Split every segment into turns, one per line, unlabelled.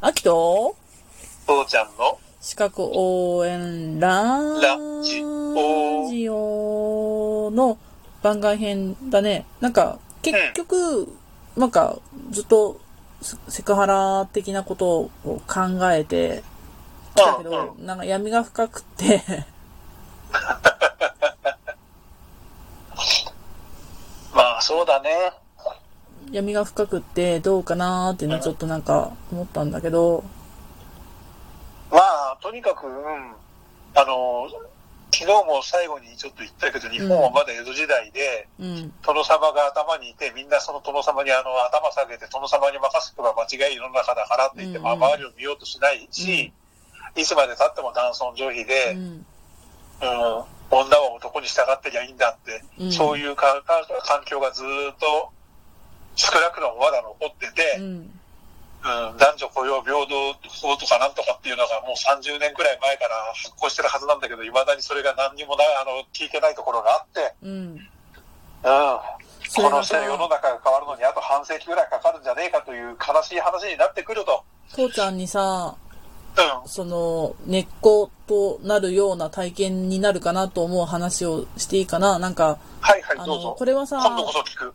秋と
父ちゃんの
資格応援ラ
ラジオ
ジオの番外編だね。なんか、結局、なんか、ずっとセセクハラ的なことを考えてきたけど、なんか闇が深くて、
まあそうだね。
闇が深くってどうかなーっていうのはちょっとなんか思ったんだけど、
まあとにかく、うん、あの、昨日も最後にちょっと言ったけど、日本はまだ江戸時代で、
うん。
殿様が頭にいて、みんなその殿様にあの頭下げて、殿様に任せれば間違い世の中だからって言って、
うん
まあ周りを見ようとしないし、いつまで経っても男尊女卑で、
うん。
うん、女は男に従ってりゃいいんだって、
うん
そういうかか環境がずーっと少なくともまだ残ってて、
うん。
うん、男女雇用平等法とかなんとかっていうのがもう30年くらい前から発行してるはずなんだけど、未だにそれが何にもなあの聞いてないところがあって、
うん。
うん、この
それがさ
世の中が変わるのにあと半世紀ぐらいかかるんじゃねえかという悲しい話になってくると。
父ちゃんにさ、
うん、
その、根っことなるような体験になるかなと思う話をしていいかななんか、
はいはい、
あ
どう
の、
ぞ
こ。れはさ、
今度こそ聞く。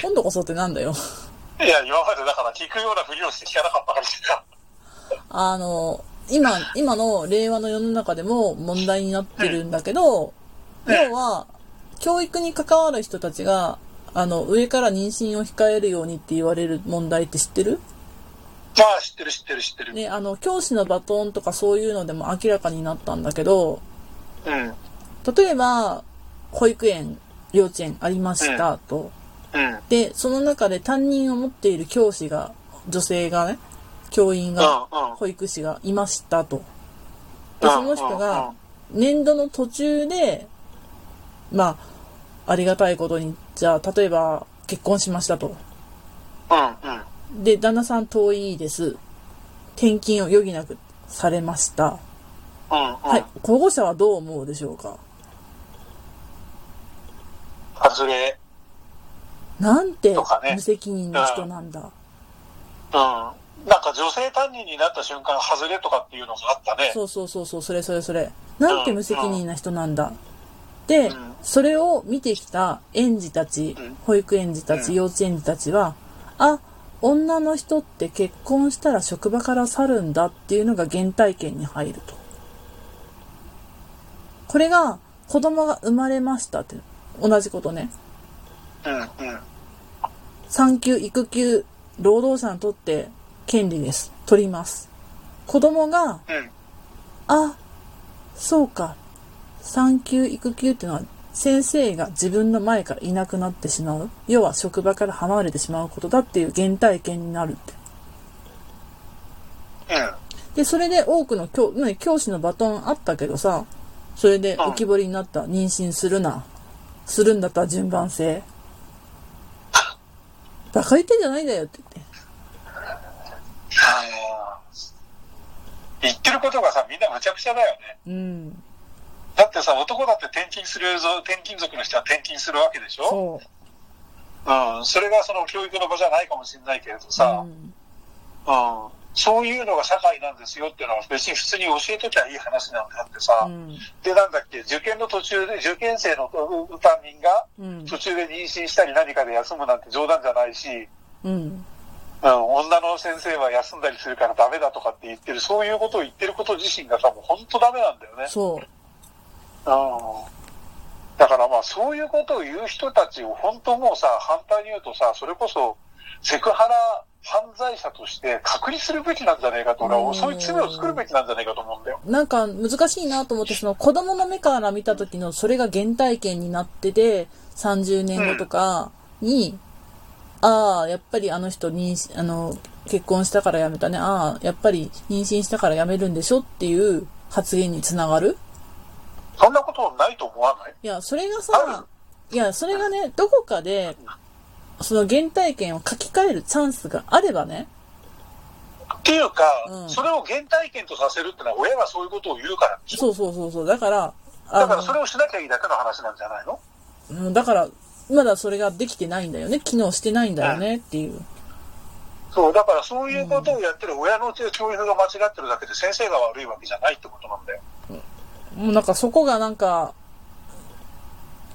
今度こそってなんだよ。
いや、今までだから聞くようなふりをして聞かなかったから聞いた
あの、今、今の令和の世の中でも問題になってるんだけど、
うん
要は、教育に関わる人たちが、あの、上から妊娠を控えるようにって言われる問題って知ってる
まあ、知ってる知ってる知ってる。
ね、あの、教師のバトンとかそういうのでも明らかになったんだけど、
うん、うん、
例えば、保育園、幼稚園ありましたと。
うん、うん。
で、その中で担任を持っている教師が、女性がね、教員が、
そ
保育士がいましたと。で、その人が、、年度の途中で、まあ、ありがたいことに、じゃあ、例えば、結婚しましたと。
うん、うん、うん
で、旦那さん遠いです。転勤を余儀なくされました。
うん、
はい。保護者はどう思うでしょうか
外れ、
なんて
とかね
無責任な人なんだ。
うん。なんか女性担任になった瞬間、外れとかっていうのがあったね。
そうそうそうそう、それそれそれ。なんて無責任な人なんだ。で
うん、
それを見てきた園児たち
うん、
保育園児た
う
ち、
ん
幼稚園児たちは、あ、女の人って結婚したら職場から去るんだっていうのが原体験に入ると。これが、子供が生まれましたって、同じことね。
うん、うん。
産休、育休、労働者にとって権利です。取ります。子供が
うん。
あ、そうか。産休、育休ってのは、先生が自分の前からいなくなってしまう。要は職場から離れてしまうことだっていう原体験になるって。
うん。
で、それで多くの教,、ね、教師のバトンあったけどさ、それで浮き彫りになった。妊娠するな。するんだったら順番性。バカ言ってんじゃないんだよって言って。
あの言ってることがさ、みんなむちゃくちゃだよね。
うん。
だってさ、男だって転勤するぞ、転勤族の人は転勤するわけでしょ
そう。
うん。それがその教育の場じゃないかもしれないけれどさ
う、ん
うん。そういうのが社会なんですよっていうのは別に普通に教えときゃいい話なんだってさ、
うん。
で、なんだっけ、受験の途中で、受験生のうん担任が
うん。
途中で妊娠したり何かで休むなんて冗談じゃないし、
うん。
うん、女の先生は休んだりするからダメだとかって言ってる、そういうことを言ってること自身がさ、もう本当ダメなんだよね。
そう。
うん。だからまあ、そういうことを言う人たちを本当もうさ、反対に言うとさ、それこそ、セクハラ犯罪者として隔離するべきなんじゃねえかと、俺
う
は
ん
そういう罪を作るべきなんじゃねえかと思うんだよ。
なんか難しいなと思って、その子供の目から見た時のそれが原体験になってて、30年後とかに、ああ、やっぱりあの人妊娠、あの、結婚したから辞めたね。ああ、やっぱり妊娠したから辞めるんでしょっていう発言につながる。
そんなことないと思わない
いや、それが
あ
さ、いや、それがね、どこかで、その原体験を書き換えるチャンスがあればね、
っていうか、
うん
それを原体験とさせるってのは親がそういうことを言うからでしょ
そうそうそうそう、だから、あ
だからそ
の
れをしなきゃいいだけの話なんじゃないの
うん、だから、まだそれができてないんだよね、機能してないんだよねっていう。
そう、だからそういうことをやってる親の教育が間違ってるだけで先生が悪いわけじゃないってことなんだよ。
もうなんかそこがなんか、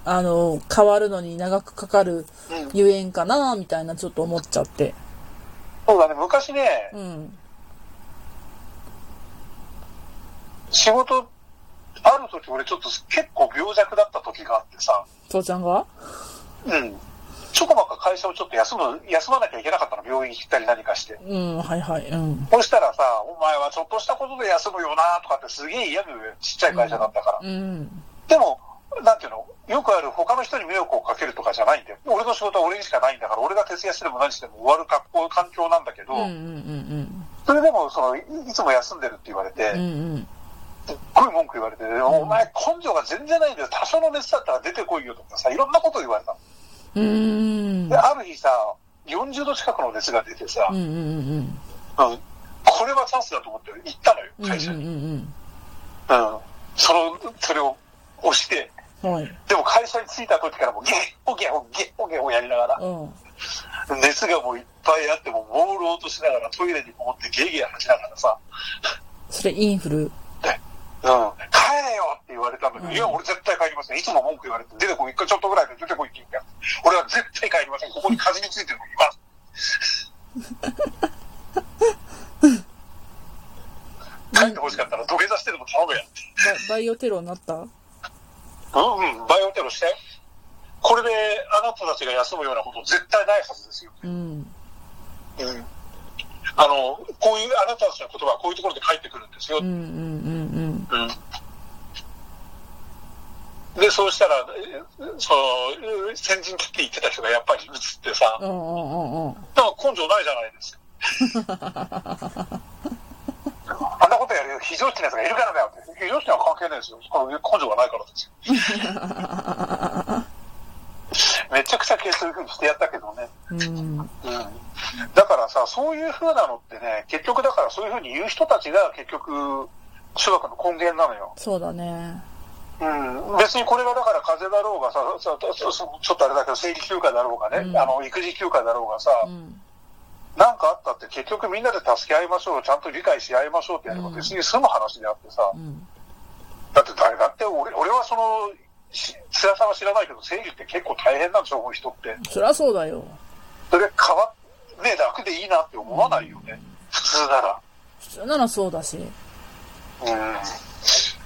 あの、変わるのに長くかかる
うん。
ゆえんかな、みたいなちょっと思っちゃって。
そうだね、昔ね、
うん。
仕事、ある時俺ちょっと結構病弱だった時があってさ、
父ちゃんが
うん。ちょこまか会社をちょっと休む、休まなきゃいけなかったの、病院行ったり何かして。
うん、はいはい、うん。
そしたらさ、お前はちょっとしたことで休むよなとかってすげえ嫌みを言うちっちゃい会社だったから。
うん。
でも、なんていうのよくある他の人に迷惑をかけるとかじゃないんだよ。俺の仕事は俺にしかないんだから、俺が徹夜してでも何しても終わる格好、環境なんだけど、
うんうんうん
それでも、その、いいつも休んでるって言われて、
うん。うん
すっごい文句言われて、お前根性が全然ないんだよ。多少の熱だったら出てこいよとかさ、いろんなこと言われたの。
うん。うん。
で、ある日さ、40度近くの熱が出てさ、
うんうんうん。
うんこれはチャンスだと思って行ったのよ、
うん
会社に。
う
うん
んうん
その、それを押して、
うん。はい。
でも会社に着いた時からもうゲッホゲッホゲッホゲッホやりながら、
うん。
熱がもういっぱいあって、もう朦朧としながらトイレにこもってゲーゲー吐きながらさ、
それインフル。
うん、帰れよって言われたのに、
うん
いや、俺絶対帰りません。いつも文句言われて、出てこい、一回ちょっとぐらいで出てこいって言うんだよ。俺は絶対帰りません。ここに風についてるのいます。 帰ってほしかったら土下座してでも頼むや。
ババイオテロになった
うんうん、バイオテロして。これであなたたちが休むようなこと絶対ないはずですよ。
うん。
うん。あの、こういう、あなたたちの言葉はこういうところで返ってくるんですよ
うんうんう。ん
うんで、そうしたら、えその、先陣切って言ってた人がやっぱり映ってさ、
うん。うんうんうんうん。
だから根性ないじゃないですか。あんなことやるよ非常識なやつがいるからだよって。非常識なのは関係ないですよ。この根性がないからですよ。めちゃくちゃそういうふうにしてやったけどね。
うん。
うんだからさ、そういう風なのってね、結局だからそういう風に言う人たちが結局、諸悪の根源なのよ。
そうだね。
うん、別にこれがだから風邪だろうがさ、さささちょっとあれだけど、生理休暇だろうがね、
うん
あの育児休暇だろうがさ、
うん。
なんかあったって結局みんなで助け合いましょう、ちゃんと理解し合いましょうってやれば別に済む話であってさ、
うん。
だって誰だって俺、俺はその、し辛さは知らないけど、生理って結構大変なんですよ、思う人って。
そりゃそうだよ。
それ変わっ、ね、楽でいいなって思わないよね、普通なら。
普通ならそうだし。
うん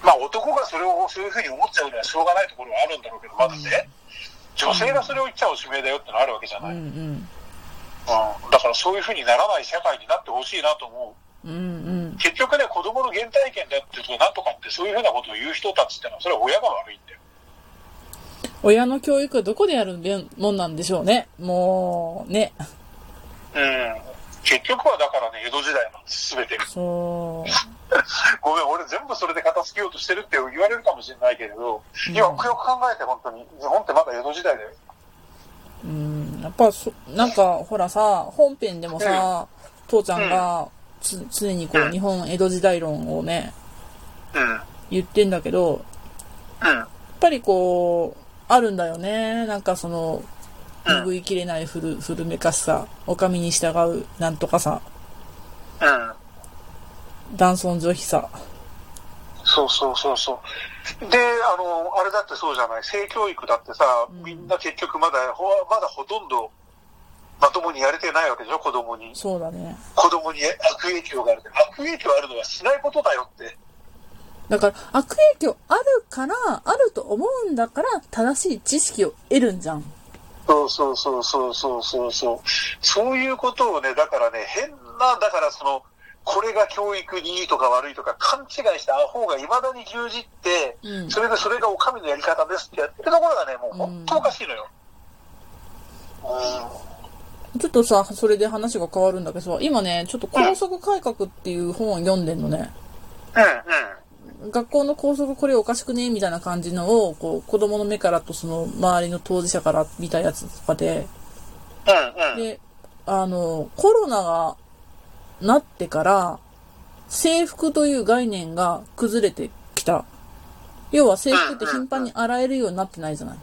まあ男がそれをそういうふうに思っちゃうのはしょうがないところはあるんだろうけど、まだね、女性がそれを言っちゃおしめだよってのはあるわけじゃ
う
ない。うん
ん
だからそういうふうにならない社会になってほしいなと思う。
うん。うんうん。
結局ね、子供の原体験だってとなんとかってそういうふうなことを言う人たちってのは、それは親が悪いんだよ。
親の教育はどこでやるもんなんでしょうね。もう、ね。
うん。結局はだからね、江戸時代の全て。
そう。
ごめん、俺全部それで片付けようとしてるって言われるかもしれないけれど、
うん
よくよく考えて本当に、日本ってまだ江戸時代だよ。
うん、やっぱそ、なんか、ほらさ、本編でもさ、父ちゃんがつ常にこ
う
うん日本江戸時代論をね、
うん。
言ってんだけど、
うん。
やっぱりこう、あるんだよね。なんかその、
うん
拭いきれない古、古めかしさ、お上に従うなんとかさ、
うん。
男尊女卑さ。
そうそうそうそう。で、あの、あれだってそうじゃない。性教育だってさ、
ん
みんな結局まだ、ほまだほとんど、まともにやれてないわけでしょ、子供に。
そうだね。
子供に悪影響があるって。悪影響あるのはしないことだよって。
だから、悪影響あるから、あると思うんだから、正しい知識を得るんじゃん。
そうそうそうそうそうそうそう。そういうことをね、だからね、変な、だからその、これが教育にいいとか悪いとか勘違いしたアホが未だに牛耳って、
うん
それがそれがお上のやり方ですってやってるところがね、もう本当おかしいのよ。うん
ちょっとさ、それで話が変わるんだけどさ、今ね、ちょっと校則改革っていう本を読んでんのね。
うんうん
学校の校則これおかしくねみたいな感じのを、こう、子供の目からとその周りの当事者から見たやつとかで、
うんうん
で、あの、コロナがなってから、制服という概念が崩れてきた。要は制服って頻繁に洗えるようになってないじゃない。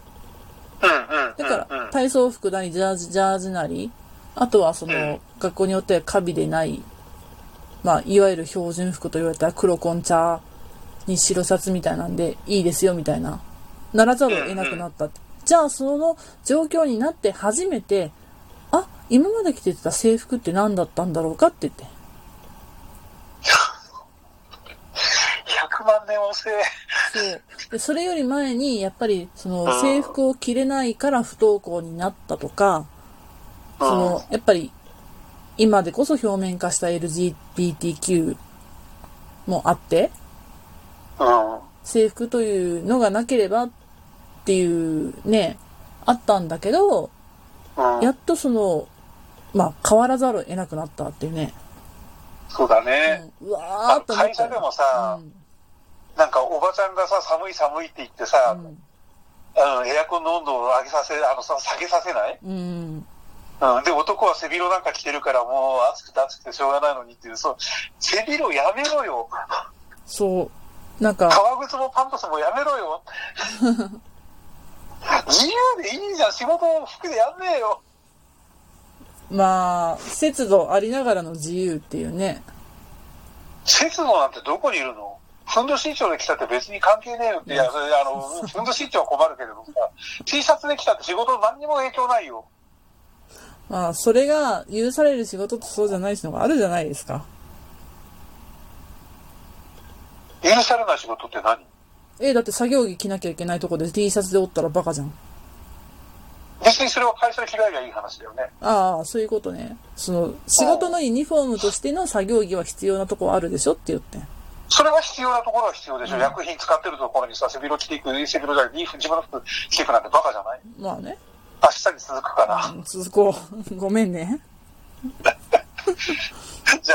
うんうんうん
だか
うん
ら、体操服なり、ジャージ、ジャージなり、あとはその、
うん
学校によってはカビでない、まあ、いわゆる標準服と言われた黒コンチャに白シャツみたいなんで、いいですよみたいな、ならざるを得なくなったって。じゃあ、その状況になって初めて、あ、今まで着てた制服って何だったんだろうかって言って。
100万年遅せ。
そう。で、それより前に、やっぱり、その、制服を着れないから不登校になったとか、その、やっぱり、今でこそ表面化した LGBTQ もあって、
うん。うん。
制服というのがなければっていうね、あったんだけど、
うん
やっとその、まあ、変わらざるを得なくなったっていうね。
そうだね。
うんうわーっと思ったよ
会社でもさ
うん
なんかおばちゃんがさ、寒い寒いって言ってさ、うん、エアコンの温度を上げさせ、あのさ、下げさせない
うん。
うん。で、男は背広なんか着てるからもう暑くて暑くてしょうがないのにっていう、そう、背広やめろよ。
そう。なんか、
革靴もパンパスもやめろよ。自由でいいじゃん。仕事も服でやんねえよ。
まあ、節度ありながらの自由っていうね。
節度なんてどこにいるのふんどし一丁で来たって別に関係ねえよって、いや、それあの、ふんどし一丁は困るけれどさ、T シャツで来たって仕事何にも影響ないよ。
まあ、それが許される仕事とそうじゃない仕事があるじゃないですか。
許されない仕事って何
え、だって作業着着なきゃいけないとこで T シャツでおったらバカじゃん。
別にそれは会社で着替えりゃいい話だよね。
ああ、そういうことね。その、仕事のユニフォームとしての作業着は必要なとこあるでしょって言って。
それは必要なところは必要でしょ。薬品使ってるところにさ、背広着ていく、背広じゃない、自分の服着ていくなんてバカじゃない
まあね。
明日に続くから。
続こう。ごめんね。
じゃあ